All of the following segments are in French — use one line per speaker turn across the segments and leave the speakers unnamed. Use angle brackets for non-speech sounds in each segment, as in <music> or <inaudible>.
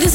this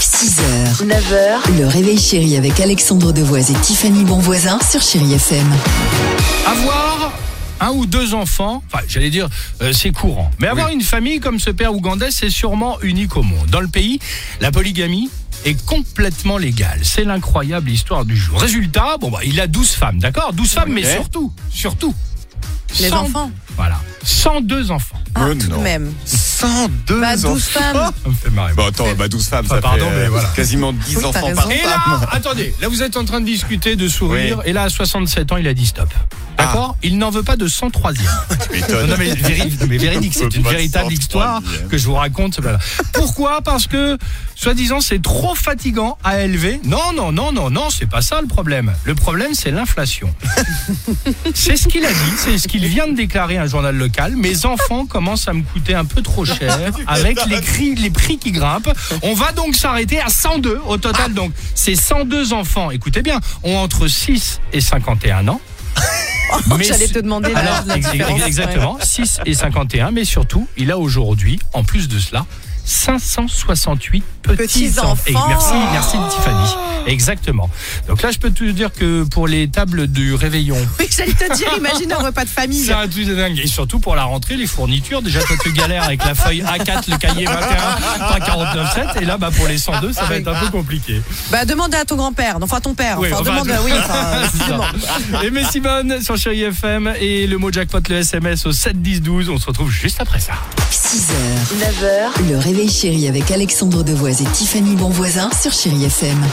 6h, 9h, le réveil chéri avec Alexandre Devoise et Tiffany Bonvoisin sur Chérie FM.
Avoir un ou deux enfants, enfin j'allais dire euh, c'est courant, mais avoir une famille comme ce père ougandais c'est sûrement unique au monde. Dans le pays, la polygamie est complètement légale. C'est l'incroyable histoire du jour. Résultat, bon bah il a 12 femmes, d'accord 12 femmes, mais surtout, surtout
Les
100
enfants.
Voilà, 102 enfants.
Ah,
Mais
tout
non.
de même.
102
Bah, 12
enfants.
femmes.
Ça me fait marrer.
Bon, attends, bah 12 femmes,
Ah,
ça
pardon,
fait
mais
euh,
voilà.
quasiment 10
Oui, t'as
enfants
raison.
par
Et
femme.
là, attendez, là vous êtes en train de discuter, de sourire, et là à 67 ans il a 10 stop. D'accord Il n'en veut pas de 103e.
Tu m'étonnes.
Non, non, mais, véri- non, mais véridique,
On
c'est
peut
une
pas
véritable
sortir
histoire
d'ici, hein.
que je vous raconte. ce matin. Pourquoi Parce que, soi-disant, c'est trop fatigant à élever. Non, non, non, non, non, c'est pas ça le problème. Le problème, c'est l'inflation. c'est ce qu'il a dit, c'est ce qu'il vient de déclarer à un journal local. Mes enfants commencent à me coûter un peu trop cher avec les, cris- les prix qui grimpent. On va donc s'arrêter à 102 au total. Donc, ces 102 enfants, écoutez bien, ont entre 6 et
<laughs>
51 ans. Mais
Oh, J'allais te demander l'âge
alors,
de la
ex- ex-
différence,
exactement, 6 et 51, mais surtout, il a aujourd'hui, en plus de cela, 568 petits enfants.
Petits-enfants.
merci, merci Tiffany. Exactement. Donc là, je peux te dire que pour les tables du réveillon,
Oui, j'allais te dire, imagine un repas de famille.
c'est un truc de dingue. Et surtout pour la rentrée, les fournitures. Déjà, toi, tu galères avec la feuille A4, le cahier 21, pas 49,7. Et là, bah, pour les 102, ça va être un peu compliqué.
Bah, demande à ton grand-père, enfin à ton père.
Oui,
Enfin,
enfin,
demande,
à-
oui,
<laughs>
enfin,
C'est ça. Et Messi Bonne sur Chéri FM et le mot jackpot, le SMS au 7 10 12. On se retrouve juste après ça.
6h, 9h, le réveil chéri avec Alexandre Devoise et Tiffany Bonvoisin sur Chérie FM.